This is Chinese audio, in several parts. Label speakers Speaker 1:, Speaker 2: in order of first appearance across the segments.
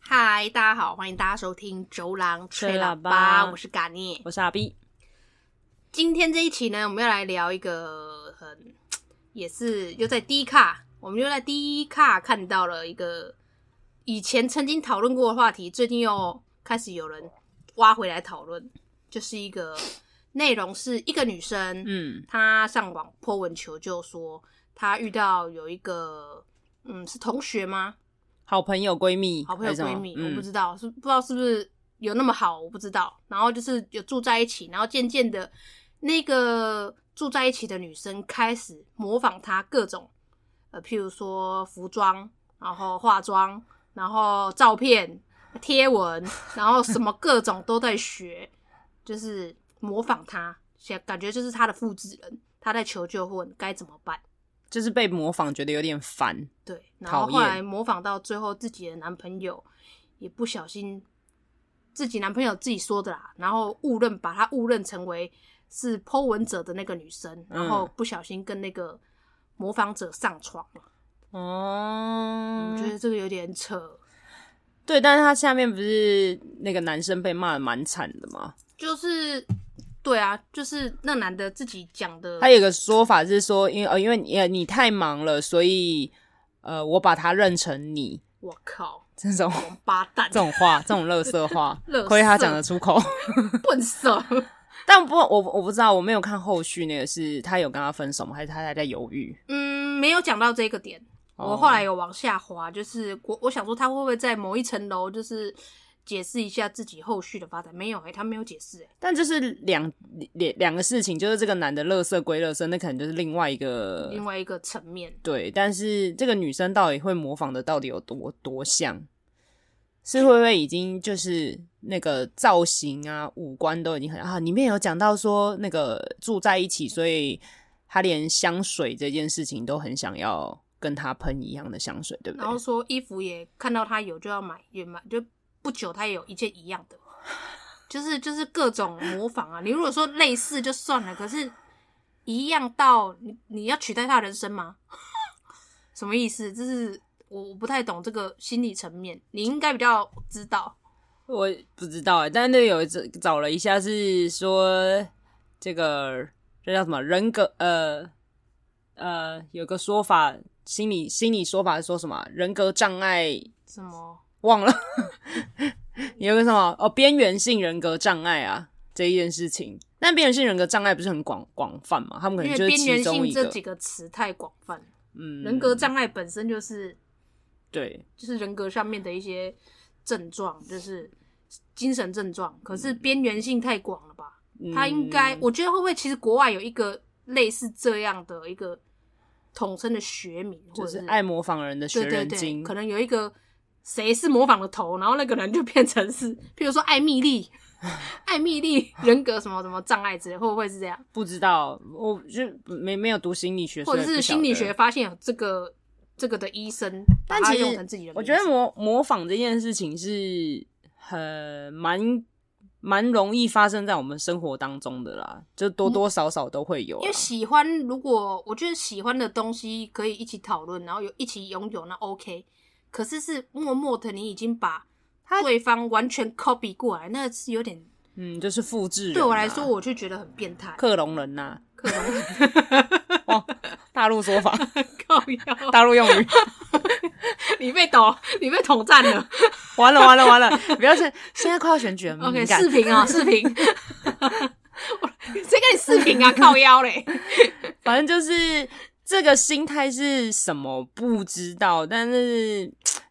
Speaker 1: 嗨，大家好，欢迎大家收听《走廊吹
Speaker 2: 吹
Speaker 1: 喇
Speaker 2: 喇
Speaker 1: 叭》，
Speaker 2: 叭
Speaker 1: 我是嘎聂。
Speaker 2: 我是阿 B，
Speaker 1: 今天这一期呢，我们要来聊一个很，也是又在低卡，我们又在低卡看到了一个以前曾经讨论过的话题，最近又开始有人挖回来讨论，就是一个内容是一个女生，
Speaker 2: 嗯
Speaker 1: 她上网 po 文求救说，她遇到有一个，嗯，是同学吗？
Speaker 2: 好朋友闺蜜，
Speaker 1: 好朋友
Speaker 2: 还是什么
Speaker 1: 闺蜜，我
Speaker 2: 嗯
Speaker 1: 不知道是不知道是不是有那么好，我不知道。然后就是有住在一起，然后渐渐的，那个住在一起的女生开始模仿她各种，呃，譬如说服装，然后化妆，然后照片、贴文，然后什么各种都在学，就是模仿她，想感觉就是她的复制人，她在求救或该怎么办？
Speaker 2: 就是被模仿，觉得有点烦。
Speaker 1: 对，然后
Speaker 2: 讨
Speaker 1: 后
Speaker 2: 厌
Speaker 1: 来模仿到最后，自己的男朋友也不小心，自己男朋友自己说的啦，然后误认把她误认成为是 Po 文者的那个女生，然
Speaker 2: 嗯
Speaker 1: 后不小心跟那个模仿者上床了。
Speaker 2: 哦
Speaker 1: 我
Speaker 2: 嗯
Speaker 1: 觉得这个有点扯，
Speaker 2: 对，但是他下面不是那个男生被骂的蛮惨的吗？
Speaker 1: 就是对啊，就是那男的自己讲的，
Speaker 2: 他有个说法是说，因为呃，因为你呃你太忙了，所以呃，我把他认成你
Speaker 1: 我靠，
Speaker 2: 这种
Speaker 1: 王八蛋，
Speaker 2: 这种话，这种垃圾话
Speaker 1: 垃圾，
Speaker 2: 亏他讲得出口。
Speaker 1: 笨手，
Speaker 2: 但不，我我不知道，我没有看后续那个是他有跟他分手吗？还是他还在犹豫？
Speaker 1: 嗯，没有讲到这个点。我
Speaker 2: 哦
Speaker 1: 后来有往下滑，就是我我想说他会不会在某一层楼，就是解释一下自己后续的发展？没有哎、他没有解释哎、
Speaker 2: 但就是两两两个事情，就是这个男的乐色归乐色，那可能就是另外一个
Speaker 1: 另外一个层面，
Speaker 2: 对。但是这个女生到底会模仿的到底有多多像？是会不会已经就是那个造型啊、五官都已经很啊？里面有讲到说那个住在一起，所以她连香水这件事情都很想要跟他喷一样的香水，对不
Speaker 1: 然后
Speaker 2: 对？
Speaker 1: 说衣服也看到他有就要买，也买，就不久他也有一件一样的，就是就是各种模仿啊。你如果说类似就算了，可是一样到你你要取代他的人生吗？ 什么意思？就是我我不太懂这个心理层面，你应该比较知道。
Speaker 2: 我不知道欸，但那个有一次找了一下，是说这个这叫什么人格？呃呃，有个说法，心理心理说法是说什么啊人格障碍？
Speaker 1: 什么？
Speaker 2: 忘了 有个什么哦，边缘性人格障碍啊这一件事情。但边缘性人格障碍不是很广广泛嘛？他们可
Speaker 1: 因
Speaker 2: 能
Speaker 1: 为
Speaker 2: 就是
Speaker 1: 边缘
Speaker 2: 其中
Speaker 1: 性
Speaker 2: 一
Speaker 1: 这
Speaker 2: 个
Speaker 1: 几，个词太广泛了，
Speaker 2: 嗯，
Speaker 1: 人格障碍本身就是
Speaker 2: 对，
Speaker 1: 就是人格上面的一些症状，就是精神症状。可是边缘性太广了吧？它应该，
Speaker 2: 嗯
Speaker 1: 我觉得会不会其实国外有一个类似这样的一个统称的学名，或
Speaker 2: 就
Speaker 1: 者
Speaker 2: 是爱模仿人的学
Speaker 1: 对对
Speaker 2: 人
Speaker 1: 对，
Speaker 2: 精，
Speaker 1: 可能有一个谁是模仿的头，然后那个人就变成是，譬如说艾米丽。 艾米丽人格什么什么障碍之类，会不会是这样？
Speaker 2: 不知道，我就没没有读心理学，
Speaker 1: 或者
Speaker 2: 所以
Speaker 1: 是
Speaker 2: 不晓
Speaker 1: 心理
Speaker 2: 得
Speaker 1: 学发现有这个这个的医生，把
Speaker 2: 但
Speaker 1: 它
Speaker 2: 其实
Speaker 1: 用成自己的名字，
Speaker 2: 我觉得模模仿这件事情是很蛮蛮容易发生在我们生活当中的啦，就多多少少都会有啦。
Speaker 1: 因为喜欢，如果我觉得喜欢的东西可以一起讨论，然后有一起拥有，那 OK。可是是默默的，你已经把对方完全 copy 过来，那是有点
Speaker 2: 嗯，就是复制人啊、
Speaker 1: 对我来说，我就觉得很变态。
Speaker 2: 克隆人呐、
Speaker 1: 克隆
Speaker 2: 大陆说法，
Speaker 1: 靠腰，
Speaker 2: 大陆用语。
Speaker 1: 你被抖，你被统战了。
Speaker 2: 完了完了完了，不要现现在快要选举了
Speaker 1: OK，
Speaker 2: 敏感
Speaker 1: 视频啊，视 频。我谁跟你视频啊？靠腰嘞！
Speaker 2: 反正就是这个心态是什么不知道，但是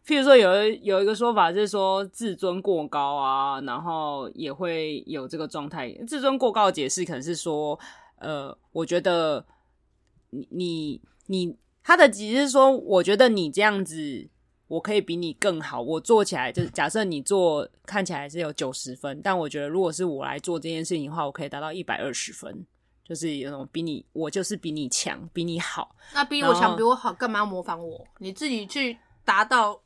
Speaker 2: 譬如说有一有一个说法是说自尊过高啊，然后也会有这个状态。自尊过高的解释可能是说，呃，我觉得你你你他的解释是说，我觉得你这样子。我可以比你更好，我做起来就是假设你做看起来是有九十分，但我觉得如果是我来做这件事情的话，我可以达到一百二十分。就是有种比你，我就是比你强，比你好。
Speaker 1: 那比我强、比我好，干嘛要模仿我？你自己去达到，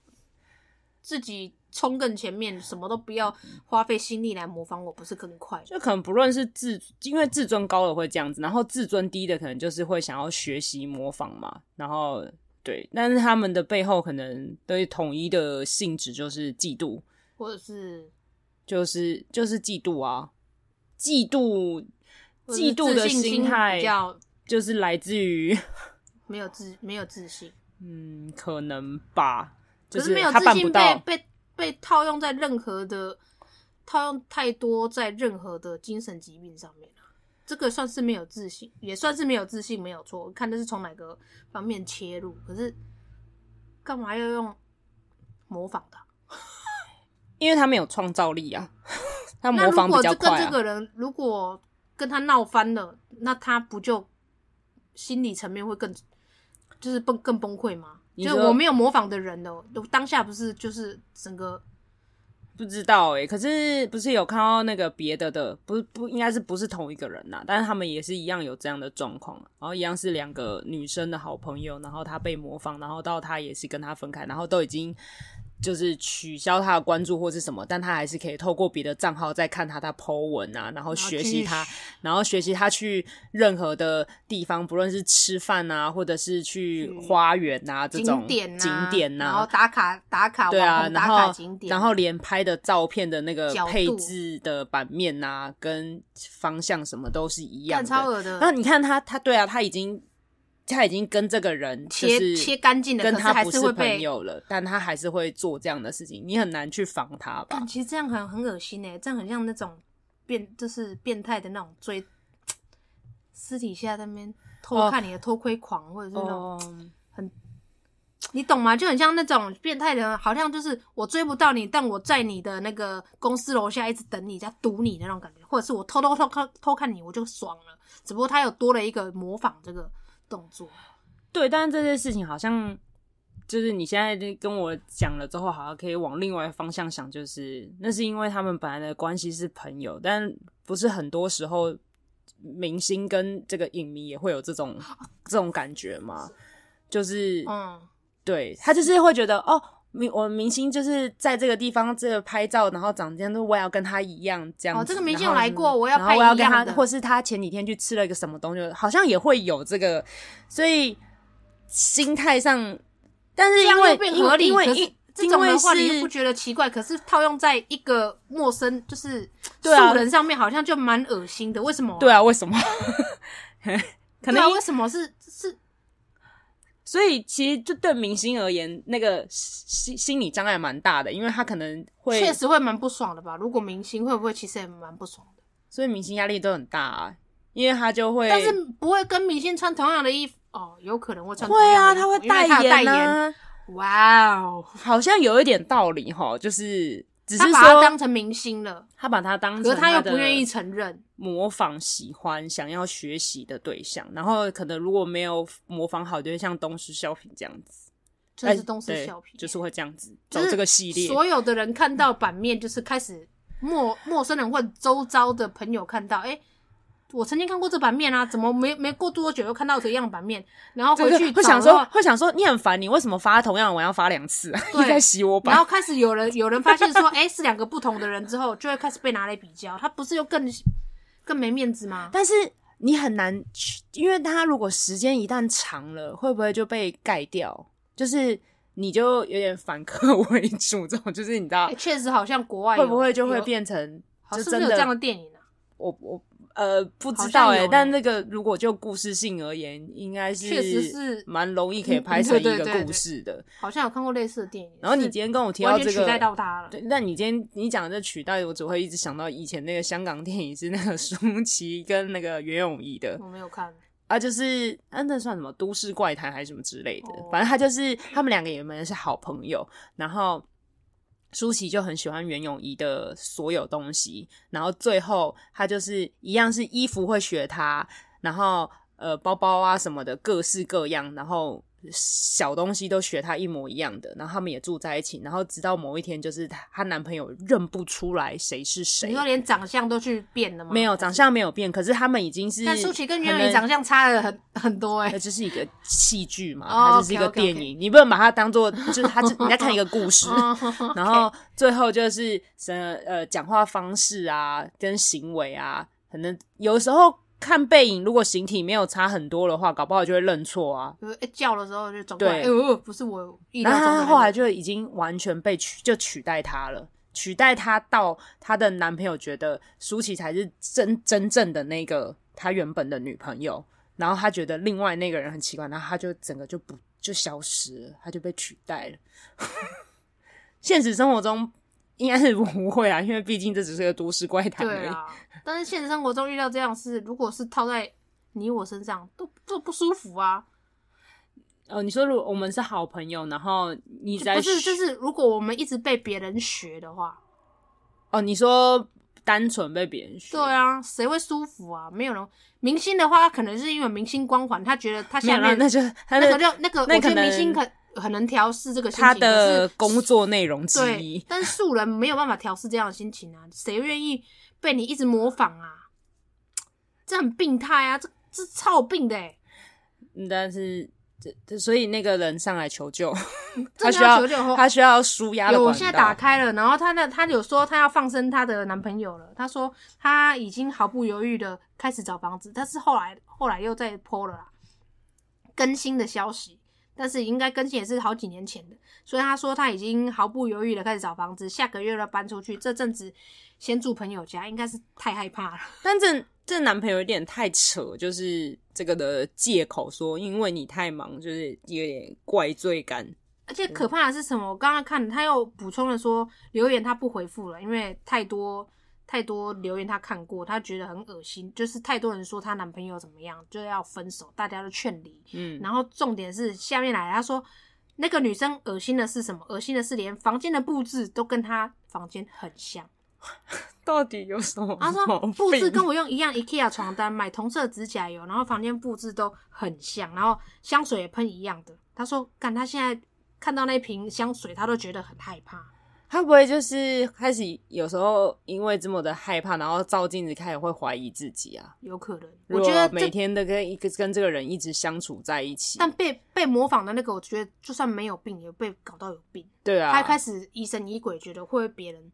Speaker 1: 自己冲更前面，什么都不要花费心力来模仿我，不是更快？
Speaker 2: 就可能不论是自，因为自尊高的会这样子，然后自尊低的可能就是会想要学习模仿嘛。然后对，但是他们的背后可能对统一的性质就是嫉妒，
Speaker 1: 或者是
Speaker 2: 就是就是嫉妒啊，嫉妒
Speaker 1: 或者是
Speaker 2: 嫉妒的
Speaker 1: 自信
Speaker 2: 心
Speaker 1: 心
Speaker 2: 态
Speaker 1: 比较
Speaker 2: 就是来自于
Speaker 1: 没有自没有自信，
Speaker 2: 嗯，可能吧，就
Speaker 1: 可是没有
Speaker 2: 他
Speaker 1: 自
Speaker 2: 办不
Speaker 1: 信被
Speaker 2: 到，
Speaker 1: 被被套用在任何的套用太多在任何的精神疾病上面了、啊这个算是没有自信，也算是没有自信，没有错。看这是从哪个方面切入，可是干嘛要用模仿的啊？
Speaker 2: 因为他没有创造力啊， 他
Speaker 1: 那
Speaker 2: 模
Speaker 1: 如
Speaker 2: 仿
Speaker 1: 果
Speaker 2: 比较
Speaker 1: 这跟
Speaker 2: 快
Speaker 1: 这
Speaker 2: 啊。
Speaker 1: 个人如果跟他闹翻了，那他不就心理层面会更就是崩更崩溃吗？
Speaker 2: 你
Speaker 1: 就是
Speaker 2: 说
Speaker 1: 我没有模仿的人了，我当下不是就是整个
Speaker 2: 不知道哎、可是不是有看到那个别的的，不不应该是不是同一个人呐、但是他们也是一样有这样的状况，然后一样是两个女生的好朋友，然后她被模仿，然后到她也是跟她分开，然后都已经就是取消她的关注或是什么，但她还是可以透过别的账号再看她的 Po 文啊，然后
Speaker 1: 然后
Speaker 2: 学
Speaker 1: 继
Speaker 2: 习
Speaker 1: 续
Speaker 2: 她，然后学习他去任何的地方，不论是吃饭啊，或者是去
Speaker 1: 去
Speaker 2: 花园啊这种
Speaker 1: 景点呐、
Speaker 2: 景点呐、啊
Speaker 1: 然后打卡打卡
Speaker 2: 对
Speaker 1: 网
Speaker 2: 啊，
Speaker 1: 红
Speaker 2: 然
Speaker 1: 打卡
Speaker 2: 后
Speaker 1: 景点，
Speaker 2: 然后连拍的照片的那个
Speaker 1: 角度
Speaker 2: 配置的版面呐、跟方向什么都是一样
Speaker 1: 干超
Speaker 2: 的。
Speaker 1: 恶的，
Speaker 2: 然后你看他，他对啊，他已经他已经跟这个人就
Speaker 1: 切
Speaker 2: 是
Speaker 1: 切干净的，
Speaker 2: 跟
Speaker 1: 可是
Speaker 2: 他
Speaker 1: 还
Speaker 2: 不
Speaker 1: 会
Speaker 2: 朋
Speaker 1: 被。
Speaker 2: 友了，但他还是会做这样的事情，你很难去防他吧
Speaker 1: 干，？其实这样很很恶心哎、这样很像那种变就是变态的那种追，私底下在那边偷
Speaker 2: 哦
Speaker 1: 看你的偷窥狂，或者是那种、
Speaker 2: 哦，
Speaker 1: 你懂吗？就很像那种变态的，好像就是我追不到你，但我在你的那个公司楼下一直等你，在堵你的那种感觉，或者是我偷偷偷看偷看你，我就爽了。只不过他有多了一个模仿这个动作，
Speaker 2: 对，但是这些事情好像就是你现在跟我讲了之后，好像可以往另外方向想，就是那是因为他们本来的关系是朋友，但不是很多时候明星跟这个影迷也会有这种这种感觉嘛？就是
Speaker 1: 嗯，
Speaker 2: 对他就是会觉得哦。明我明星就是在这个地方这个拍照，然后长这样，我也要跟他一样这样子。
Speaker 1: 哦这个明星
Speaker 2: 然
Speaker 1: 有
Speaker 2: 后
Speaker 1: 来
Speaker 2: 什么
Speaker 1: 过我要
Speaker 2: 然后
Speaker 1: 拍
Speaker 2: 我要
Speaker 1: 一
Speaker 2: 跟他
Speaker 1: 样，的
Speaker 2: 或是他前几天去吃了一个什么东西，好像也会有这个，所以心态上，但是
Speaker 1: 这
Speaker 2: 因
Speaker 1: 样
Speaker 2: 为
Speaker 1: 又变
Speaker 2: 因为
Speaker 1: 合理，
Speaker 2: 因为
Speaker 1: 可
Speaker 2: 因
Speaker 1: 是这种
Speaker 2: 因
Speaker 1: 的
Speaker 2: 为
Speaker 1: 话你又
Speaker 2: 是
Speaker 1: 不觉得奇怪，可是套用在一个陌生就是素
Speaker 2: 对啊
Speaker 1: 人上面，好像就蛮恶心的。为什么啊？
Speaker 2: 对啊，为什么？ 可
Speaker 1: 对
Speaker 2: 能
Speaker 1: 啊，为什么是是
Speaker 2: 所以其实就对明星而言，那个心心理障碍蛮大的，因为他可能会
Speaker 1: 确实会蛮不爽的吧？如果明星会不会其实也蛮不爽的？
Speaker 2: 所以明星压力都很大、啊，因为他就会，
Speaker 1: 但是不会跟明星穿同样的衣服哦，有可能会穿同
Speaker 2: 会
Speaker 1: 样
Speaker 2: 啊，
Speaker 1: 的衣
Speaker 2: 他
Speaker 1: 服
Speaker 2: 会
Speaker 1: 因为他有代
Speaker 2: 代言
Speaker 1: 言。
Speaker 2: 啊，
Speaker 1: 哇哦，
Speaker 2: 好像有一点道理哈，就是只是
Speaker 1: 他
Speaker 2: 说
Speaker 1: 把他当成明星了，
Speaker 2: 他把他当
Speaker 1: 可
Speaker 2: 成
Speaker 1: 是他又
Speaker 2: 的
Speaker 1: 不愿意承认。
Speaker 2: 模仿、喜欢、想要学习的对象，然后可能如果没有模仿好，就会像东施效颦这样子，
Speaker 1: 真
Speaker 2: 哎
Speaker 1: 是东施
Speaker 2: 对
Speaker 1: 效颦，
Speaker 2: 就是会这样子走
Speaker 1: 就是
Speaker 2: 这个系列。
Speaker 1: 所有的人看到版面，就是开始陌陌生人或周遭的朋友看到，哎、我曾经看过这版面啊，怎么没没过多久又看到一样的版面，然后
Speaker 2: 对
Speaker 1: 回
Speaker 2: 对
Speaker 1: 去
Speaker 2: 会
Speaker 1: 找
Speaker 2: 想
Speaker 1: 的
Speaker 2: 说，
Speaker 1: 话
Speaker 2: 会想说，你很烦，你为什么发同样的文要发两次、啊？
Speaker 1: 对
Speaker 2: 你在洗我
Speaker 1: 然后
Speaker 2: 吧？
Speaker 1: 开始有人有人发现说，哎、是两个不同的人之后，就会开始被拿来比较，他不是又更更没面子吗？
Speaker 2: 但是你很难去，因为他如果时间一旦长了，会不会就被盖掉？就是你就有点反客为主，这种就是你知道
Speaker 1: 哎、确实好像国外有
Speaker 2: 会不会就会
Speaker 1: 有
Speaker 2: 变成
Speaker 1: 好
Speaker 2: 就
Speaker 1: 不
Speaker 2: 是真
Speaker 1: 是有
Speaker 2: 的
Speaker 1: 这样的电影啊？
Speaker 2: 我我呃不知
Speaker 1: 好
Speaker 2: 道
Speaker 1: 像
Speaker 2: 哎、
Speaker 1: 有欸
Speaker 2: 但那个如果就故事性而言，应该是
Speaker 1: 确实是
Speaker 2: 蛮容易可以
Speaker 1: 嗯
Speaker 2: 拍
Speaker 1: 嗯
Speaker 2: 成
Speaker 1: 对
Speaker 2: 一
Speaker 1: 对
Speaker 2: 个
Speaker 1: 对对
Speaker 2: 故事的。
Speaker 1: 好像有看过类似的电影。
Speaker 2: 然后你
Speaker 1: 是
Speaker 2: 今天跟我提到
Speaker 1: 完
Speaker 2: 这
Speaker 1: 全
Speaker 2: 个，
Speaker 1: 取代到他了，
Speaker 2: 对，那你今天你讲的这取代，我只会一直想到以前那个香港电影是那个 舒淇跟那个袁咏仪的
Speaker 1: 我没有看。
Speaker 2: 啊，就是啊那算什么都市怪谈还是什么之类的，
Speaker 1: 哦
Speaker 2: 反正他就是他们两个原本是好朋友，然后舒淇就很喜欢袁咏仪的所有东西，然后最后他就是一样是衣服会学他，然后呃包包啊什么的各式各样，然后小东西都学他一模一样的，然后他们也住在一起，然后直到某一天就是她她男朋友认不出来谁是
Speaker 1: 你
Speaker 2: 谁
Speaker 1: 说。连长相都去变了吗？
Speaker 2: 没有，长相没有变，可是他们已经是
Speaker 1: 但舒淇跟
Speaker 2: 可
Speaker 1: 袁咏
Speaker 2: 能
Speaker 1: 仪长相差了很很多哎、
Speaker 2: 它就是一个戏剧嘛，
Speaker 1: 哦
Speaker 2: 它就是一个
Speaker 1: OK，OK，OK
Speaker 2: 电影，你不能把它当做就是它就你在看一个故事。
Speaker 1: 哦
Speaker 2: 然后最后就是呃呃讲话方式啊，跟行为啊，可能有时候看背影，如果形体没有差很多的话，搞不好就会认错啊。
Speaker 1: 就是哎叫的时候就转过来，哎
Speaker 2: 对
Speaker 1: 呦，不是我意料
Speaker 2: 然
Speaker 1: 中
Speaker 2: 后
Speaker 1: 的那
Speaker 2: 他
Speaker 1: 个。
Speaker 2: 后来就已经完全被取就取代他了，取代她到她的男朋友觉得舒淇才是真真正的那个她原本的女朋友，然后她觉得另外那个人很奇怪，然后她就整个就不就消失了，她就被取代了。 现实生活中应该是不会啊，因为毕竟这只是个都市怪谈而
Speaker 1: 对
Speaker 2: 已。
Speaker 1: 啊，但是现实生活中遇到这样的事，如果是套在你我身上，都都不舒服啊。
Speaker 2: 呃，你说如果我们是好朋友，然后你在
Speaker 1: 不是，
Speaker 2: 学
Speaker 1: 就是如果我们一直被别人学的话，
Speaker 2: 哦，你说单纯被别人学，
Speaker 1: 对，啊，谁会舒服啊？没有人。明星的话，他可能是因为明星光环，他觉得他
Speaker 2: 没
Speaker 1: 下
Speaker 2: 有啦，
Speaker 1: 面
Speaker 2: 那就他
Speaker 1: 那
Speaker 2: 的
Speaker 1: 个就那个，
Speaker 2: 那
Speaker 1: 我觉
Speaker 2: 可
Speaker 1: 得明星
Speaker 2: 能
Speaker 1: 可很能调试这个心情，
Speaker 2: 他的
Speaker 1: 可是
Speaker 2: 工作内容之
Speaker 1: 对
Speaker 2: 一，。
Speaker 1: 但是素人没有办法调试这样的心情啊，谁愿意被你一直模仿啊？这很病态啊，这这超有病的、欸，
Speaker 2: 嗯但是这这，所以那个人上来求救，
Speaker 1: 嗯真的
Speaker 2: 他需要
Speaker 1: 求救后
Speaker 2: 他需要舒压的
Speaker 1: 有，
Speaker 2: 管道。
Speaker 1: 我现在打开了，然后她那她有说她要放生她的男朋友了，她说她已经毫不犹豫的开始找房子，但是后来后来又再泼了啦，更新的消息，但是应该更新也是好几年前的，所以她说她已经毫不犹豫的开始找房子，下个月要搬出去，这阵子先住朋友家，应该是太害怕了，
Speaker 2: 但这这男朋友有点太扯，就是这个的借口说，因为你太忙，就是有点怪罪感。
Speaker 1: 而且可怕的是什么？我刚刚看她又补充了说留言她不回复了，因为太多。太多留言她看过，她觉得很恶心，就是太多人说她男朋友怎么样，就要分手，大家都劝离。
Speaker 2: 嗯，
Speaker 1: 然后重点是下面来，她说那个女生恶心的是什么？恶心的是连房间的布置都跟她房间很像。
Speaker 2: 到底有什么
Speaker 1: 她说
Speaker 2: 毛病？
Speaker 1: 布置跟我用一样 IKEA 床单，买同色指甲油，然后房间布置都很像，然后香水也喷一样的。她说，干，她现在看到那瓶香水，她都觉得很害怕。
Speaker 2: 他不会就是开始有时候因为这么的害怕，然后照镜子开始会怀疑自己啊？
Speaker 1: 有可能，
Speaker 2: 如
Speaker 1: 我
Speaker 2: 果
Speaker 1: 觉得
Speaker 2: 每
Speaker 1: 这
Speaker 2: 天都跟一个跟这个人一直相处在一起，
Speaker 1: 但被被模仿的那个，我觉得就算没有病，也被搞到有病。
Speaker 2: 对
Speaker 1: 他
Speaker 2: 啊，
Speaker 1: 开始疑神疑鬼，觉得会不会别人，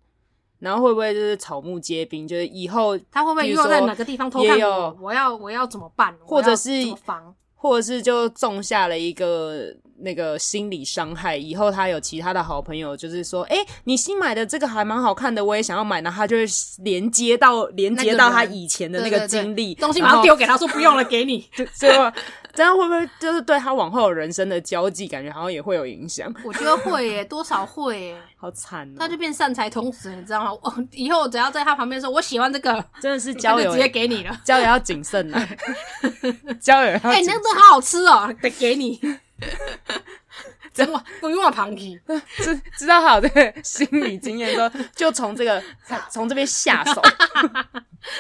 Speaker 2: 然后会不会就是草木皆兵？就是以后
Speaker 1: 他会不会
Speaker 2: 比如
Speaker 1: 又在
Speaker 2: 说
Speaker 1: 哪个地方偷
Speaker 2: 也
Speaker 1: 看
Speaker 2: 有
Speaker 1: 我？我要我要怎么办？
Speaker 2: 或
Speaker 1: 我要
Speaker 2: 者是
Speaker 1: 怎么防？
Speaker 2: 或者是就种下了一个那个心理伤害，以后他有其他的好朋友，就是说，哎、你新买的这个还蛮好看的，我也想要买，然后他就会连接到连接到他以前的那
Speaker 1: 对
Speaker 2: 个
Speaker 1: 对对
Speaker 2: 经历，
Speaker 1: 东西
Speaker 2: 然
Speaker 1: 马
Speaker 2: 后
Speaker 1: 上丢给他说不用了，给 你。
Speaker 2: 就最后，这样会不会就是对他往后人生的交际，感觉好像也会有影响？
Speaker 1: 我觉得会耶，多少会耶，
Speaker 2: 好惨哦、
Speaker 1: 他就变善财童子，你知道吗？我以后只要在他旁边说我喜欢这个，
Speaker 2: 真的是
Speaker 1: 他
Speaker 2: 交
Speaker 1: 就
Speaker 2: 友欸
Speaker 1: 直接给你 了。
Speaker 2: 交友要谨慎 啊，交友要
Speaker 1: 哎，
Speaker 2: 谨
Speaker 1: 那个真好好吃哦，得给 你。真我我用我旁听，
Speaker 2: 知 知道他有这个心理经验之后，就从这 个从这边下 手。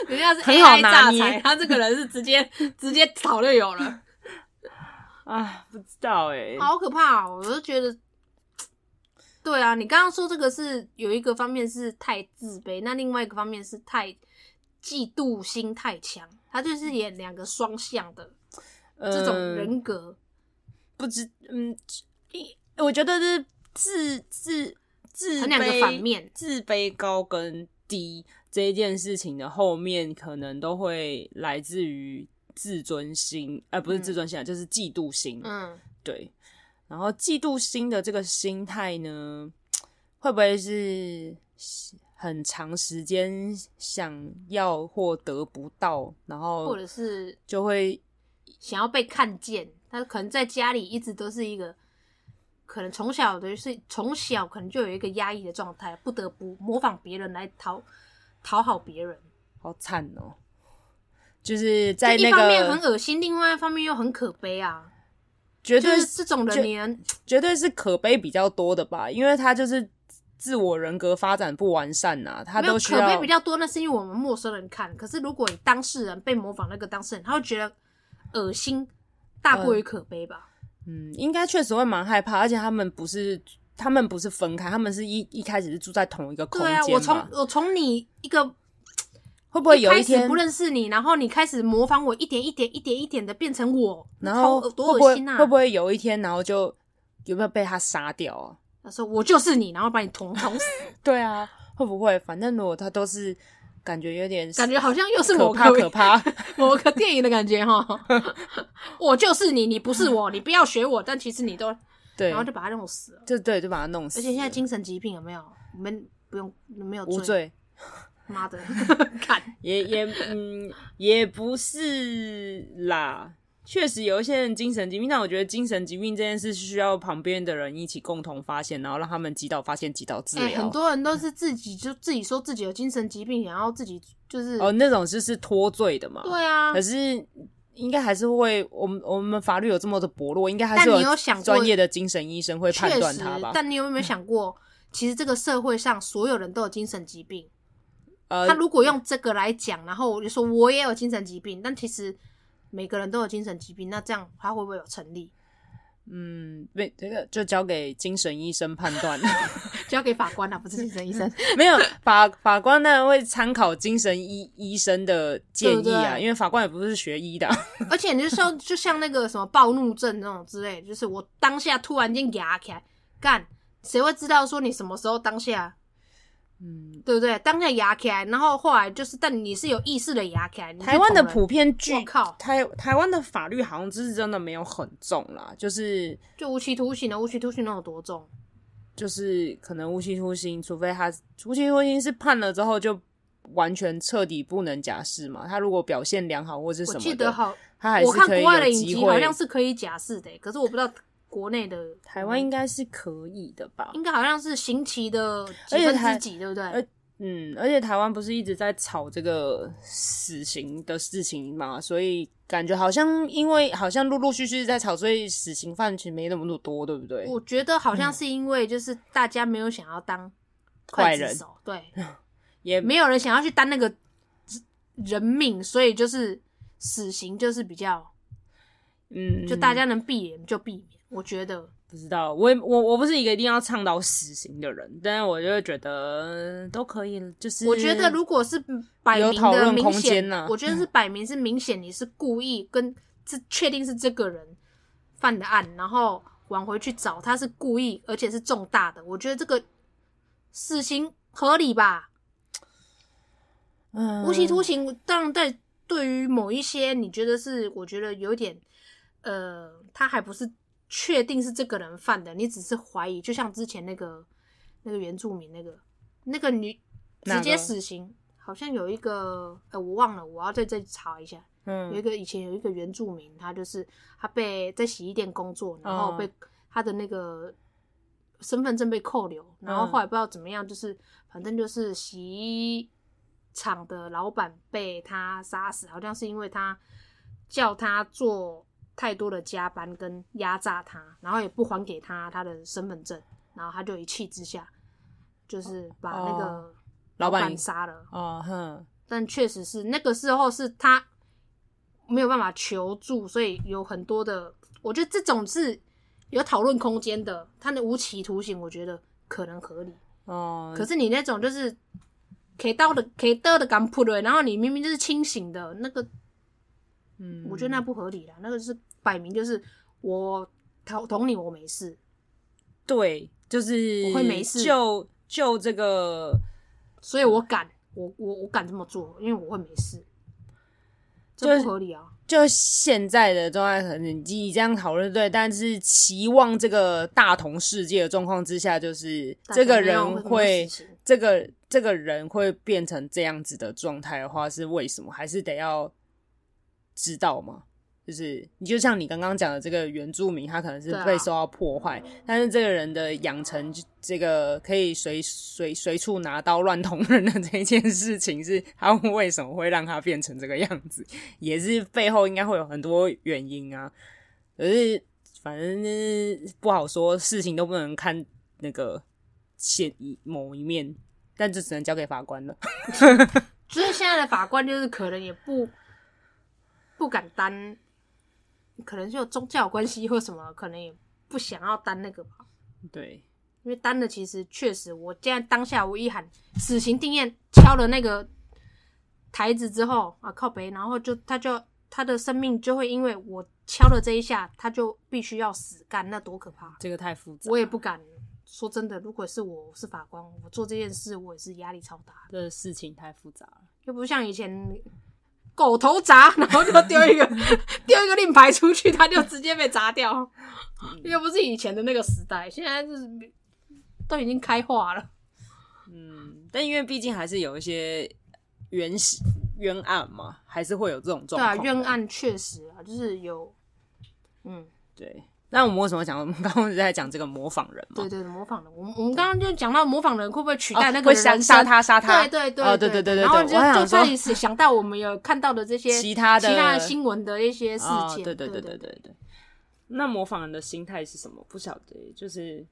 Speaker 1: 人家是
Speaker 2: 很好
Speaker 1: AI
Speaker 2: 拿
Speaker 1: 榨
Speaker 2: 捏
Speaker 1: 财，他这个人是直 接直接炒就有了。
Speaker 2: 啊，不知道哎、
Speaker 1: 好可怕、哦！我就觉得，对啊，你刚刚说这个是有一个方面是太自卑，那另外一个方面是太嫉妒心太强，他就是演两个双向的这种
Speaker 2: 嗯
Speaker 1: 人格。
Speaker 2: 不知嗯，一我觉得是自自自
Speaker 1: 很两个
Speaker 2: 卑
Speaker 1: 反面
Speaker 2: 自卑高跟低这一件事情的后面，可能都会来自于自尊心，呃，不是
Speaker 1: 嗯
Speaker 2: 自尊心啊，就是嫉妒心。
Speaker 1: 嗯，
Speaker 2: 对，然后嫉妒心的这个心态呢，会不会是很长时间想要或得不到，然后
Speaker 1: 或者是
Speaker 2: 就会
Speaker 1: 想要被看见，他可能在家里一直都是一个。可能从小的是从小可能就有一个压抑的状态，不得不模仿别人来讨讨好别人。
Speaker 2: 好惨哦、就是在
Speaker 1: 这
Speaker 2: 那
Speaker 1: 一方面
Speaker 2: 个
Speaker 1: 很恶心，另外一方面又很可悲啊。
Speaker 2: 绝
Speaker 1: 就
Speaker 2: 对
Speaker 1: 是这种
Speaker 2: 就
Speaker 1: 人，你能
Speaker 2: 绝对是可悲比较多的吧，因为他就是自我人格发展不完善呐、他
Speaker 1: 没有
Speaker 2: 都需
Speaker 1: 可悲
Speaker 2: 要
Speaker 1: 比较多，那是因为我们陌生人看。可是如果你当事人被模仿那个当事人，他会觉得恶心大过于
Speaker 2: 呃
Speaker 1: 可悲吧？
Speaker 2: 嗯，应该确实会蛮害怕，而且他们不是他们不是分开，他们是一一开始是住在同一个空
Speaker 1: 对
Speaker 2: 间
Speaker 1: 啊
Speaker 2: 嘛，，
Speaker 1: 我从我从你一个
Speaker 2: 会不会有
Speaker 1: 开始
Speaker 2: 天
Speaker 1: 不认识你，然后你开始模仿我，一点一点一点一点的变成我，
Speaker 2: 然
Speaker 1: 那
Speaker 2: 后
Speaker 1: 超恶
Speaker 2: 会
Speaker 1: 多
Speaker 2: 不
Speaker 1: 恶
Speaker 2: 会
Speaker 1: 心啊！
Speaker 2: 会不会有一天，然后就有没有被他杀掉啊？
Speaker 1: 他说我就是你，然后把你捅捅 死，
Speaker 2: 对啊，会不会？反正如果他都是感觉有点
Speaker 1: 感觉好像又是
Speaker 2: 可
Speaker 1: 某
Speaker 2: 怕
Speaker 1: 个
Speaker 2: 可怕，
Speaker 1: 某个电影的感觉 哈。我就是你，你不是我，你不要学我，但其实你都，
Speaker 2: 对
Speaker 1: 然后，就把他弄死了。
Speaker 2: 就对，就把他弄死
Speaker 1: 而
Speaker 2: 了。
Speaker 1: 且现在精神疾病有没有？你们不用没有
Speaker 2: 无罪，
Speaker 1: 妈 的，看
Speaker 2: 也也嗯也不是啦。确实有一些人精神疾病，但我觉得精神疾病这件事是需要旁边的人一起共同发现，然后让他们击倒发现、击倒治
Speaker 1: 哎、
Speaker 2: 疗。
Speaker 1: 很多人都是自己就自己说自己有精神疾病，然后自己就是、
Speaker 2: 哦，那种就是脱罪的嘛。、
Speaker 1: 对啊
Speaker 2: 可，是应该还是会，我们我们法律有这么的薄弱，应该还
Speaker 1: 但
Speaker 2: 是
Speaker 1: 你有想过
Speaker 2: 专业的精神医生会判
Speaker 1: 确
Speaker 2: 断
Speaker 1: 实
Speaker 2: 他吧。。嗯
Speaker 1: 但你有没有想过，其实这个社会上所有人都有精神疾病。
Speaker 2: 呃
Speaker 1: 他，如果用这个来讲，然后我就说我也有精神疾病，但其实每个人都有精神疾病，那这样他会不会有成立？
Speaker 2: 嗯，没这个就交给精神医生判断。
Speaker 1: 交给法官啦、不是精神医生。
Speaker 2: 没有法法官当然会参考精神医医生的建议
Speaker 1: 对
Speaker 2: 啊，
Speaker 1: 不对
Speaker 2: 因为法官也不是学 医的啊。
Speaker 1: 而且你就像就像那个什么暴怒症那种之类的，就是我当下突然间牙起来，干，谁会知道说你什么时候当下，
Speaker 2: 嗯，
Speaker 1: 对不对？当下牙起来，然后后来就是，但你是有意识的牙起来。你是
Speaker 2: 嗯台湾的
Speaker 1: 捅人
Speaker 2: 普遍剧
Speaker 1: 啊我，靠，
Speaker 2: 台台湾的法律好像就是真的没有很重啦，就是
Speaker 1: 就无期徒刑的，无期徒刑能有多重？
Speaker 2: 就是可能无期徒刑，除非他无期徒刑是判了之后就完全彻底不能假释嘛。他如果表现良好或是什
Speaker 1: 我
Speaker 2: 么的，
Speaker 1: 记得好，
Speaker 2: 他还是
Speaker 1: 我看
Speaker 2: 可以
Speaker 1: 国外的
Speaker 2: 有
Speaker 1: 影
Speaker 2: 机
Speaker 1: 集
Speaker 2: 会。
Speaker 1: 好像是可以假释的、欸可是我不知道国内的嗯
Speaker 2: 台湾应该是可以的吧？
Speaker 1: 应该好像是刑期的几
Speaker 2: 而且
Speaker 1: 分
Speaker 2: 台
Speaker 1: 之几，对不对
Speaker 2: 而？嗯，而且台湾不是一直在吵这个死刑的事情嘛，所以感觉好像因为好像陆陆续续在吵，所以死刑犯其实没那么多，对不对？
Speaker 1: 我觉得好
Speaker 2: 嗯
Speaker 1: 像是因为就是大家没有想要当刽
Speaker 2: 坏
Speaker 1: 子
Speaker 2: 人
Speaker 1: 手，对，
Speaker 2: 也
Speaker 1: 没有人想要去担那个人命，所以就是死刑就是比较，
Speaker 2: 嗯，
Speaker 1: 就大家能避免就避免。我觉得
Speaker 2: 不知道，我也我我不是一个一定要倡导死刑的人，但是我就会觉得都可以，就是
Speaker 1: 我觉得如果是嗯摆
Speaker 2: 有
Speaker 1: 明
Speaker 2: 讨
Speaker 1: 的
Speaker 2: 论
Speaker 1: 明
Speaker 2: 空
Speaker 1: 显，
Speaker 2: 间呐
Speaker 1: 我觉得是摆明是明显你是故意跟这确定是这个人犯的案，然后往回去找他是故意，而且是重大的，我觉得这个死刑合理吧？
Speaker 2: 嗯
Speaker 1: 无期徒刑当然在对于某一些你觉得是，我觉得有点呃，他还不是确定是这个人犯的，你只是怀疑，就像之前那个那个原住民那个那个女
Speaker 2: 哪
Speaker 1: 直
Speaker 2: 个
Speaker 1: 接死刑，好像有一个呃我忘了，我要在这里查一下，有一
Speaker 2: 嗯
Speaker 1: 个以前有一个原住民，他就是他被在洗衣店工作，然后被、
Speaker 2: 哦
Speaker 1: 他的那个身份证被扣留，然后后
Speaker 2: 嗯
Speaker 1: 来不知道怎么样，就是、反正就是洗衣厂的老板被他杀死，好像是因为他叫他做太多的加班跟压榨他，然后也不还给他他的身份证，然后他就一气之下就是把那个
Speaker 2: 哦老板
Speaker 1: 板杀了。
Speaker 2: 哦哼，
Speaker 1: 但确实是那个时候是他没有办法求助，所以有很多的，我觉得这种是有讨论空间的。他的无期徒刑，我觉得可能合理。
Speaker 2: 哦，
Speaker 1: 可是你那种就是可以到的可以得的敢扑的，然后你明明就是清醒的，那个
Speaker 2: 嗯
Speaker 1: 我觉得那不合理啦，那个是摆明就是我捅捅你，我没事。
Speaker 2: 对，就是
Speaker 1: 我会没事
Speaker 2: 就就这个
Speaker 1: 所以我敢，我我我敢这么做，因为我会没事，
Speaker 2: 就
Speaker 1: 这
Speaker 2: 是
Speaker 1: 不合理啊！
Speaker 2: 就现在的状态，可能你这样讨论对，但是期望这个大同世界的状况之下，就是
Speaker 1: 大
Speaker 2: 这
Speaker 1: 家
Speaker 2: 个
Speaker 1: 没有
Speaker 2: 人
Speaker 1: 什么
Speaker 2: 会
Speaker 1: 事情
Speaker 2: 这个这个人会变成这样子的状态的话，是为什么？还是得要知道吗？就是你就像你刚刚讲的，这个原住民他可能是
Speaker 1: 对啊
Speaker 2: 被受到破坏，但是这个人的养成，这个可以随随随处拿刀乱捅人的这一件事情，是他为什么会让他变成这个样子？也是背后应该会有很多原因啊。可是反正就是不好说，事情都不能看那个现一某一面，但这只能交给法官了。
Speaker 1: 所以现在的法官就是可能也不不敢担，可能是有宗教关系或什么，可能也不想要担那个吧。
Speaker 2: 对，
Speaker 1: 因为担的其实确实，我现在当下我一喊死刑定谳，敲了那个台子之后啊靠北，然后就他就他的生命就会因为我敲了这一下，他就必须要死干，那多可怕！
Speaker 2: 这个太复杂，
Speaker 1: 我也不敢说真的，如果是我我是法官，我做这件事我也是压力超大的。
Speaker 2: 这个事情太复杂了。
Speaker 1: 又不像以前狗头砸，然后就丢 一个丢一个令牌出去，它就直接被砸掉。又不是以前的那个时代，现在是都已经开化了。
Speaker 2: 嗯，但因为毕竟还是有一些冤死冤案嘛，还是会有这种状
Speaker 1: 对啊，
Speaker 2: 况。
Speaker 1: 冤案确实啊，就是有，嗯，
Speaker 2: 对。那我们为什么讲？我们刚刚是在讲这个模仿人嘛？
Speaker 1: 对对，模仿人。我们我们刚刚就讲到模仿人会不会取
Speaker 2: 哦
Speaker 1: 代那个
Speaker 2: 会
Speaker 1: 人
Speaker 2: 杀
Speaker 1: 生？
Speaker 2: 杀他杀他，
Speaker 1: 对对对，
Speaker 2: 哦对
Speaker 1: 对
Speaker 2: 对对对
Speaker 1: 然后
Speaker 2: 对，我还
Speaker 1: 就就
Speaker 2: 想
Speaker 1: 这
Speaker 2: 说
Speaker 1: 里是想到我们有看到的这些
Speaker 2: 其他的
Speaker 1: 其他的新闻的一些事
Speaker 2: 哦
Speaker 1: 件，
Speaker 2: 对
Speaker 1: 对
Speaker 2: 对对
Speaker 1: 对
Speaker 2: 对对对。那模仿人的心态是什么？不晓得，就是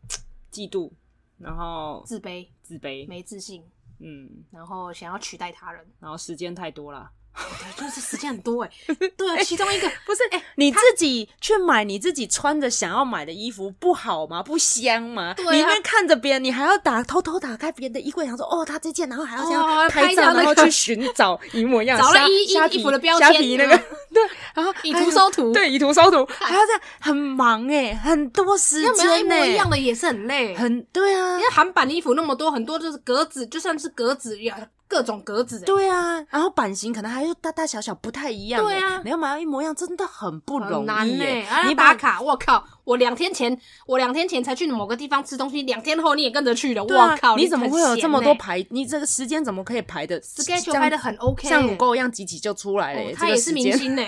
Speaker 2: 嫉妒，然后
Speaker 1: 自卑、
Speaker 2: 自卑，
Speaker 1: 没自信，
Speaker 2: 嗯，
Speaker 1: 然后想要取代他人，
Speaker 2: 然后时间太多了。
Speaker 1: 对，就是时间很多哎、对啊，其中一个
Speaker 2: 不 是，哎、你自己去买你自己穿着想要买的衣服，不好吗？不香吗？
Speaker 1: 对啊
Speaker 2: 你因为看着别人，你还要打偷偷打开别人的衣柜，想说哦，他这件，然后还要这
Speaker 1: 哦
Speaker 2: 样
Speaker 1: 拍
Speaker 2: 拍照，
Speaker 1: 照那
Speaker 2: 然后
Speaker 1: 个
Speaker 2: 去寻找一模一样，
Speaker 1: 找了
Speaker 2: 虾
Speaker 1: 衣衣
Speaker 2: 虾皮
Speaker 1: 衣服的标
Speaker 2: 虾
Speaker 1: 签
Speaker 2: 皮那个
Speaker 1: 嗯
Speaker 2: 对，然后
Speaker 1: 以
Speaker 2: 还有
Speaker 1: 图搜图
Speaker 2: 啊对，以图搜图，还要这样，很忙哎、很多时
Speaker 1: 要没有一
Speaker 2: 间呢、
Speaker 1: 模一样欸的也是很累，
Speaker 2: 很对啊
Speaker 1: 因，为韩版的衣服那么多，很多就是格子，就算是格子也各种格子、欸，
Speaker 2: 对啊，然后版型可能还有大大小小不太一样、欸，
Speaker 1: 对啊
Speaker 2: 你要买到一模一样，真的很不容
Speaker 1: 很
Speaker 2: 易、
Speaker 1: 难呢、
Speaker 2: 欸
Speaker 1: 啊，
Speaker 2: 你
Speaker 1: 要打
Speaker 2: 把
Speaker 1: 卡，我靠！我两天前，我两天前才去某个地方吃东西，两天后你也跟着去了，
Speaker 2: 对啊
Speaker 1: 我靠！
Speaker 2: 你
Speaker 1: 你
Speaker 2: 怎么
Speaker 1: 很
Speaker 2: 会有
Speaker 1: 闲
Speaker 2: 这么多
Speaker 1: 呢
Speaker 2: 排？你这个时间怎么可以排的
Speaker 1: schedule 拍的很 OK，
Speaker 2: 像
Speaker 1: 欸
Speaker 2: 乳沟一样挤挤就出来了、
Speaker 1: 哦
Speaker 2: 欸？
Speaker 1: 他
Speaker 2: 这
Speaker 1: 也
Speaker 2: 个
Speaker 1: 是
Speaker 2: 时
Speaker 1: 明
Speaker 2: 间
Speaker 1: 星呢、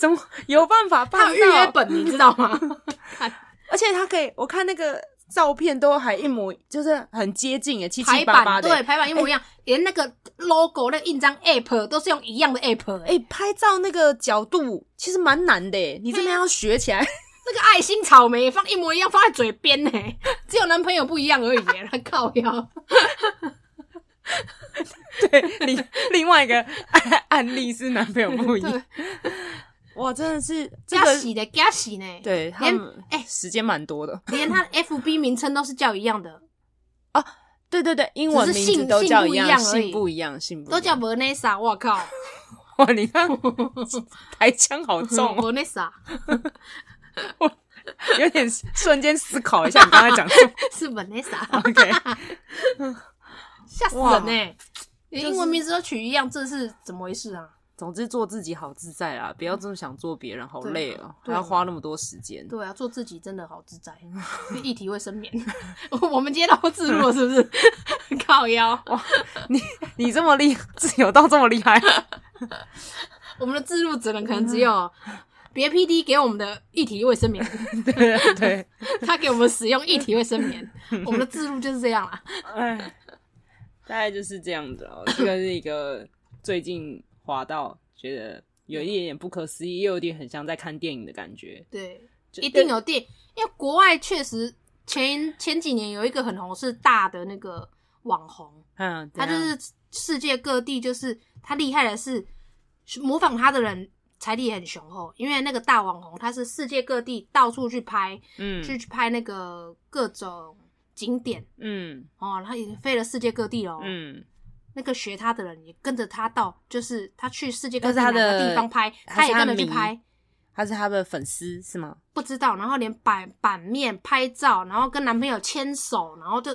Speaker 2: 怎么有办法
Speaker 1: 他
Speaker 2: 办
Speaker 1: 有预约
Speaker 2: 到？
Speaker 1: 本，你知道 吗？
Speaker 2: 而且他可以，我看那个照片都还一模，就是很接近诶、欸，七
Speaker 1: 排
Speaker 2: 七八
Speaker 1: 版
Speaker 2: 八的、
Speaker 1: 对
Speaker 2: 欸。
Speaker 1: 排版一模一样，连那个 logo 那个印章 app 都是用一样的 app，哎、
Speaker 2: 哎、拍照那个角度其实蛮难的、欸，你真的
Speaker 1: 啊
Speaker 2: 要学起来。
Speaker 1: 那个爱心草莓放一模一样，放在嘴边呢、只有男朋友不一样而已、欸，他 靠腰。
Speaker 2: 对，另另外一个案案例是男朋友不一样。哇，真的是这
Speaker 1: 加
Speaker 2: 个
Speaker 1: 洗的加洗呢，
Speaker 2: 对他
Speaker 1: 连
Speaker 2: 们
Speaker 1: 哎
Speaker 2: 时间蛮多的。
Speaker 1: 连他 FB 名称都是叫一样的，
Speaker 2: 对对对，英文
Speaker 1: 只是
Speaker 2: 名
Speaker 1: 姓
Speaker 2: 字都叫
Speaker 1: 姓不一
Speaker 2: 样，
Speaker 1: 样而已
Speaker 2: 姓不一样，姓不一
Speaker 1: 都
Speaker 2: 样
Speaker 1: 叫 Vanessa，我靠
Speaker 2: 哇！你 看台腔好重 哦，
Speaker 1: ，Vanessa
Speaker 2: 有点瞬间思考一下你刚才讲什 么。
Speaker 1: 是 Vanessa，
Speaker 2: OK，
Speaker 1: 吓死
Speaker 2: 哇
Speaker 1: 人呢、连英文名字都取一样，这是怎么回事啊？
Speaker 2: 总之做自己好自在啦，不要这么想做别人，好
Speaker 1: 对啊
Speaker 2: 累哦，还
Speaker 1: 对
Speaker 2: 要花那么多时间。
Speaker 1: 对啊，做自己真的好自在， 议题会生眠。 我们今天都自 若是不是？靠腰，
Speaker 2: 你这么厉，自由到这么厉害，
Speaker 1: 我们的自入只能可能只有别 PD 给我们的议题卫生棉，
Speaker 2: 对对对，
Speaker 1: 他给我们使用议题卫生棉，我们的自入就是这样啦。
Speaker 2: 哎，大概就是这样子哦。这个是一个最近滑到觉得有一点点不可思议，又有点很像在看电影的感觉。
Speaker 1: 对，
Speaker 2: 就
Speaker 1: 一定有电，因为国外确实前前几年有一个很红是大的那个网红，
Speaker 2: 嗯，
Speaker 1: 他就
Speaker 2: 怎样
Speaker 1: 是世界各地，就是他厉害的是模仿他的人财力也很雄厚，因为那个大网红他是世界各地到处去拍，去
Speaker 2: 嗯
Speaker 1: 去拍那个各种景点
Speaker 2: 嗯
Speaker 1: 哦，他已经飞了世界各地了。
Speaker 2: 嗯，
Speaker 1: 那个学他的人也跟着他到，就是他去世界各
Speaker 2: 但
Speaker 1: 地
Speaker 2: 是他
Speaker 1: 哪
Speaker 2: 的
Speaker 1: 个地方拍，
Speaker 2: 还
Speaker 1: 他
Speaker 2: 是
Speaker 1: 也
Speaker 2: 他
Speaker 1: 跟着去
Speaker 2: 迷
Speaker 1: 拍。
Speaker 2: 他是他的粉丝是吗？
Speaker 1: 不知道，然后连版版面拍照，然后跟男朋友牵手，然后就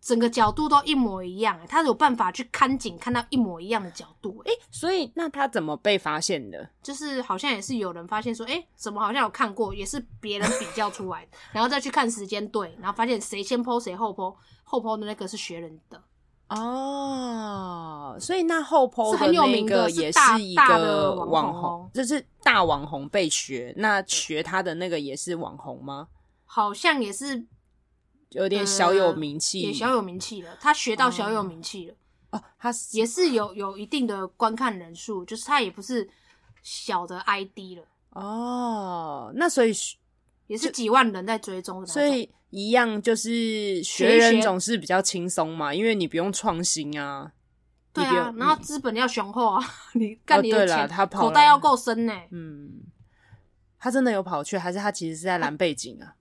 Speaker 1: 整个角度都一模一样。欸他有办法去看景，看到一模一样的角度。哎、
Speaker 2: 所以那他怎么被发现的？
Speaker 1: 就是好像也是有人发现说，哎、怎么好像有看过，也是别人比较出来的， 然后再去看时间对，然后发现谁先 PO 谁后 PO，后 PO 的那个是学人的，
Speaker 2: 哦，所以那后 PO
Speaker 1: 是很有
Speaker 2: 那
Speaker 1: 名的
Speaker 2: 个
Speaker 1: 是
Speaker 2: 也
Speaker 1: 大
Speaker 2: 一
Speaker 1: 大
Speaker 2: 个
Speaker 1: 的网
Speaker 2: 网
Speaker 1: 红
Speaker 2: 红
Speaker 1: 哦，
Speaker 2: 就是大网红被学，那学他的那个也是网红吗？
Speaker 1: 好像也是
Speaker 2: 有点
Speaker 1: 呃
Speaker 2: 小有名气，
Speaker 1: 也小有名气了。他学到小有名气了。
Speaker 2: 哦，他是
Speaker 1: 也是有有一定的观看人数，就是它也不是小的 ID 了，
Speaker 2: 哦，那所以
Speaker 1: 也是几万人在追踪的那种。
Speaker 2: 所以一样就是学
Speaker 1: 学一
Speaker 2: 人
Speaker 1: 学
Speaker 2: 总是比较轻松嘛，因为你不用创新啊，
Speaker 1: 对
Speaker 2: 你不用
Speaker 1: 啊，然后资本要雄厚啊，你
Speaker 2: 嗯哦
Speaker 1: 干你
Speaker 2: 对
Speaker 1: 的
Speaker 2: 啦
Speaker 1: 钱，
Speaker 2: 他跑
Speaker 1: 口
Speaker 2: 了
Speaker 1: 袋要够深呢、
Speaker 2: 嗯，他真的有跑去，还是他其实是在蓝背景啊？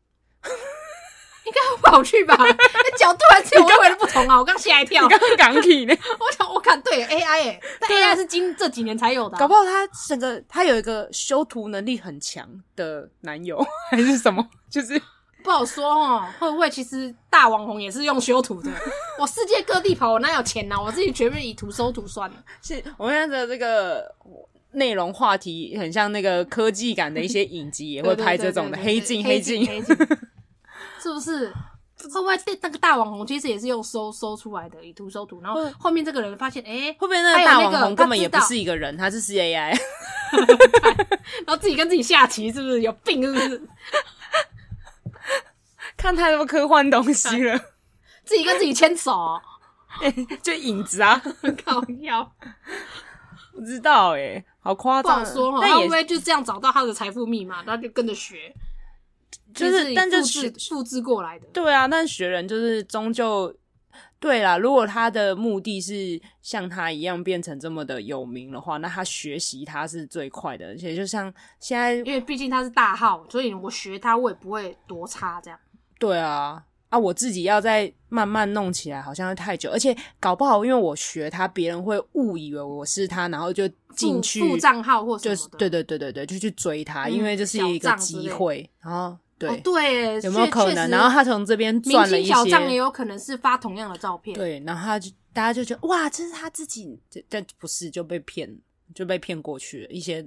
Speaker 1: 应该会跑 去吧？那角度还是有微微的不同啊！我刚吓一跳，
Speaker 2: 你刚刚港体呢？
Speaker 1: 我想我看对 AI 哎、但 AI 是今这几年才有的啊、
Speaker 2: 啊搞不好他整个他有一个修图能力很强的男友 还是什么，就是
Speaker 1: 不好说哦，会不会其实大网红也是用修图 的？我世界各地跑，我哪有钱呐、我自己全部以图搜图算啊了。
Speaker 2: 是我们现在的这个内容话题很像那个科技感的一些影集也会
Speaker 1: 对对
Speaker 2: 拍
Speaker 1: 对
Speaker 2: 这种的
Speaker 1: 对对
Speaker 2: 黑
Speaker 1: 对
Speaker 2: 镜
Speaker 1: 黑
Speaker 2: 镜，
Speaker 1: 黑镜，是不是？会不会那那个大网红其实也是用搜搜出来的，以图搜图，然后
Speaker 2: 会
Speaker 1: 后面这个人发现，哎、
Speaker 2: 会不会那
Speaker 1: 还
Speaker 2: 个
Speaker 1: 有
Speaker 2: 大
Speaker 1: 那
Speaker 2: 网
Speaker 1: 个
Speaker 2: 红
Speaker 1: 他
Speaker 2: 根本
Speaker 1: 知
Speaker 2: 也不
Speaker 1: 道
Speaker 2: 是一个人，他 是 CAI？
Speaker 1: 然后自己跟自己下棋，是不是有病？是不是
Speaker 2: 看太多科幻东西了，
Speaker 1: 自己跟自己牵手、
Speaker 2: 就影子啊，
Speaker 1: 靠 腰，
Speaker 2: 不知道哎、好夸
Speaker 1: 不
Speaker 2: 张
Speaker 1: 好
Speaker 2: 啊，
Speaker 1: 说哦。
Speaker 2: 但
Speaker 1: 他会
Speaker 2: 也
Speaker 1: 不会就这样找到他的财富密码，他就跟着学？
Speaker 2: 就是
Speaker 1: 以
Speaker 2: 但这
Speaker 1: 复制复制过来的，
Speaker 2: 对啊，但学人就是终究对啦。如果他的目的是像他一样变成这么的有名的话，那他学习他是最快的，而且就像现在
Speaker 1: 因为毕竟他是大号，所以我学他，我也不会多差这样。
Speaker 2: 对啊啊，我自己要再慢慢弄起来，好像会太久，而且搞不好因为我学他，别人会误以为我是他，然后就进
Speaker 1: 副
Speaker 2: 去
Speaker 1: 副账号或什
Speaker 2: 就
Speaker 1: 么
Speaker 2: 是
Speaker 1: 的，
Speaker 2: 对对对对对，就去追他，
Speaker 1: 嗯
Speaker 2: 因为这是
Speaker 1: 小
Speaker 2: 一个
Speaker 1: 账之类
Speaker 2: 机
Speaker 1: 的
Speaker 2: 会，然后对、
Speaker 1: 哦对，
Speaker 2: 有没有
Speaker 1: 确
Speaker 2: 可
Speaker 1: 确
Speaker 2: 能？
Speaker 1: 实
Speaker 2: 然后他从这边
Speaker 1: 明
Speaker 2: 赚了
Speaker 1: 星
Speaker 2: 一些，
Speaker 1: 小账也有可能是发同样的照片，，
Speaker 2: 对，然后他就大家就觉得哇，这是他自己，这但不是就被骗，就被骗过去了一些，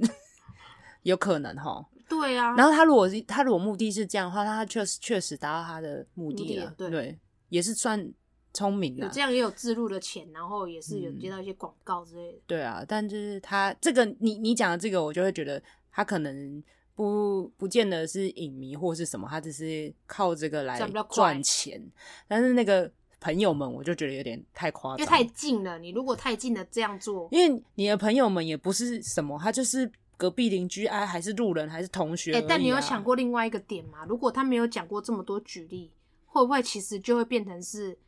Speaker 2: 有可能哈。
Speaker 1: 对啊。
Speaker 2: 然后他如果是他如果目的是这样的话，那他确实确实达到他的目
Speaker 1: 目
Speaker 2: 的
Speaker 1: 的
Speaker 2: 了，
Speaker 1: 了对
Speaker 2: 也是算聪明
Speaker 1: 有
Speaker 2: 的
Speaker 1: 这。样也有自入的钱，然后也是有
Speaker 2: 嗯
Speaker 1: 接到一些广告之类的。
Speaker 2: 对啊，但就是他这个你你讲的这个，我就会觉得他可能不不见得是影迷或是什么，他只是靠这个来
Speaker 1: 赚比较快
Speaker 2: 赚钱。但是那个朋友们，我就觉得有点太夸张，
Speaker 1: 因为太近了，你如果太近了这样做，
Speaker 2: 因为你的朋友们也不是什么，他就是隔壁邻居啊，还是路人，还是同学、啊
Speaker 1: 哎、但你有想？过另外一个点吗？如果他没有讲过这么多举例，会不会其实就会变成是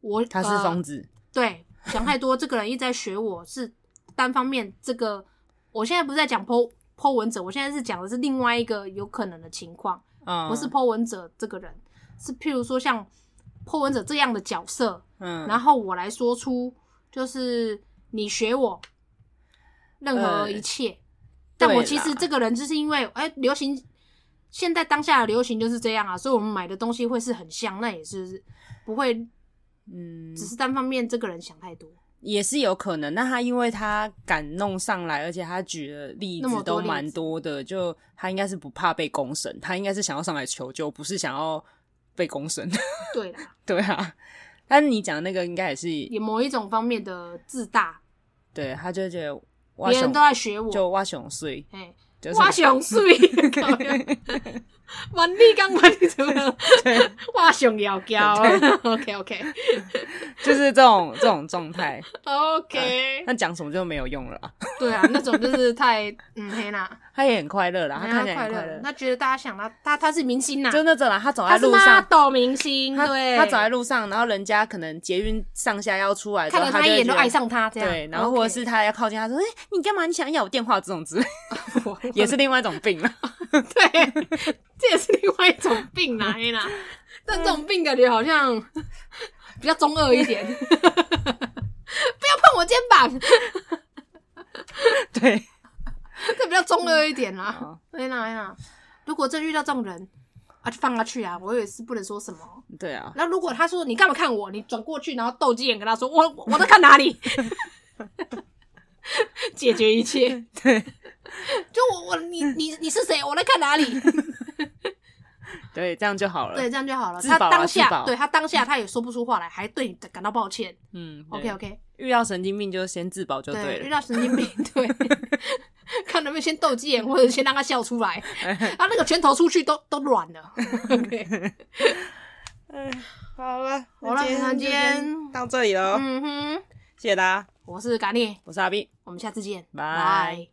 Speaker 1: 我
Speaker 2: 他是
Speaker 1: 呃
Speaker 2: 疯子，
Speaker 1: 对，想太多，这个人一直在学我，是单方面。这个我现在不是在讲 Po Po 文者，我现在是讲的是另外一个有可能的情况，
Speaker 2: 嗯，
Speaker 1: 不是 Po 文者这个人，是譬如说像 Po 文者这样的角色，
Speaker 2: 嗯，
Speaker 1: 然后我来说出就是你学我任何
Speaker 2: 呃
Speaker 1: 一切，但
Speaker 2: 对
Speaker 1: 我其实
Speaker 2: 啦
Speaker 1: 这个人就是因为哎、流行。现在当下的流行就是这样啊，所以我们买的东西会是很像，那也是不会，
Speaker 2: 嗯
Speaker 1: 只是单方面这个人想太多。
Speaker 2: 也是有可能。那他因为他敢弄上来，而且他举的例
Speaker 1: 那么
Speaker 2: 子
Speaker 1: 多
Speaker 2: 都
Speaker 1: 例子
Speaker 2: 蛮多的，就他应该是不怕被公审，他应该是想要上来求救，不是想要被公审。
Speaker 1: 对啦，
Speaker 2: 对啊，但是你讲的那个应该也是，
Speaker 1: 也某一种方面的自大，
Speaker 2: 对，他就觉得挖
Speaker 1: 别人
Speaker 2: 熊
Speaker 1: 都在学我，
Speaker 2: 就挖熊碎，
Speaker 1: 哎，
Speaker 2: 就是
Speaker 1: 挖熊 水，完力刚完力怎么样？挖熊要交，OK OK
Speaker 2: 就是这种这种状态。
Speaker 1: OK，
Speaker 2: 那讲什么就没有用了啊。
Speaker 1: 对啊，那种就是太嗯黑啦，
Speaker 2: 他也很快乐啊啦，他看起来
Speaker 1: 快
Speaker 2: 很快
Speaker 1: 乐
Speaker 2: 乐，。
Speaker 1: 嗯他觉得大家想他他他是明星呐，
Speaker 2: 就那种啦，他走
Speaker 1: 他
Speaker 2: 在
Speaker 1: 是
Speaker 2: 路
Speaker 1: model
Speaker 2: 上，
Speaker 1: 明星，
Speaker 2: 他
Speaker 1: 对，
Speaker 2: 他走在路上，然后人家可能捷运上下要出来的时
Speaker 1: 看
Speaker 2: 候，
Speaker 1: 了
Speaker 2: 他
Speaker 1: 他
Speaker 2: 就
Speaker 1: 一
Speaker 2: 会
Speaker 1: 眼就
Speaker 2: 觉得
Speaker 1: 爱。上他，这样
Speaker 2: 对，然后或者 是他要靠近，他说：“哎、你干嘛？你想要我电话？”这种之类，
Speaker 1: OK
Speaker 2: 也是另外一种 病了。
Speaker 1: 对，这也是另外一种病 来啦。但
Speaker 2: 嗯
Speaker 1: 这种病感觉好像比较中二一 点。不要碰我肩膀，
Speaker 2: 对，
Speaker 1: 这比较中二一点啦
Speaker 2: 嗯好。
Speaker 1: 哎啦哎啦，如果真遇到这种人，啊，就放他去啊，我也是不能说什么。
Speaker 2: 对啊，
Speaker 1: 那如果他说你干嘛看我，你转过去，然后斗鸡眼跟他说我我我在看哪里， 解决一切。
Speaker 2: 对
Speaker 1: 就我我你你你是谁？我在看哪 里？
Speaker 2: 对，这样就好了。
Speaker 1: 对，这样就好了。
Speaker 2: 自
Speaker 1: 他
Speaker 2: 保啊
Speaker 1: 当
Speaker 2: 自
Speaker 1: 下
Speaker 2: 保
Speaker 1: 对他当下他也说不出话来，还对你感到抱歉。
Speaker 2: 嗯
Speaker 1: OK OK，
Speaker 2: 遇到神经病就先自保就对
Speaker 1: 遇
Speaker 2: 了。
Speaker 1: 到神经病， 对，看能不能先斗鸡眼，或者先让他笑出 来。他那个拳头出去都都软了。OK，
Speaker 2: 好了，
Speaker 1: 好了那今天
Speaker 2: 到这里喽，
Speaker 1: 嗯哼，
Speaker 2: 谢谢大家，
Speaker 1: 我是嘎尼，
Speaker 2: 我是阿斌。
Speaker 1: 我们下次见，
Speaker 2: 拜。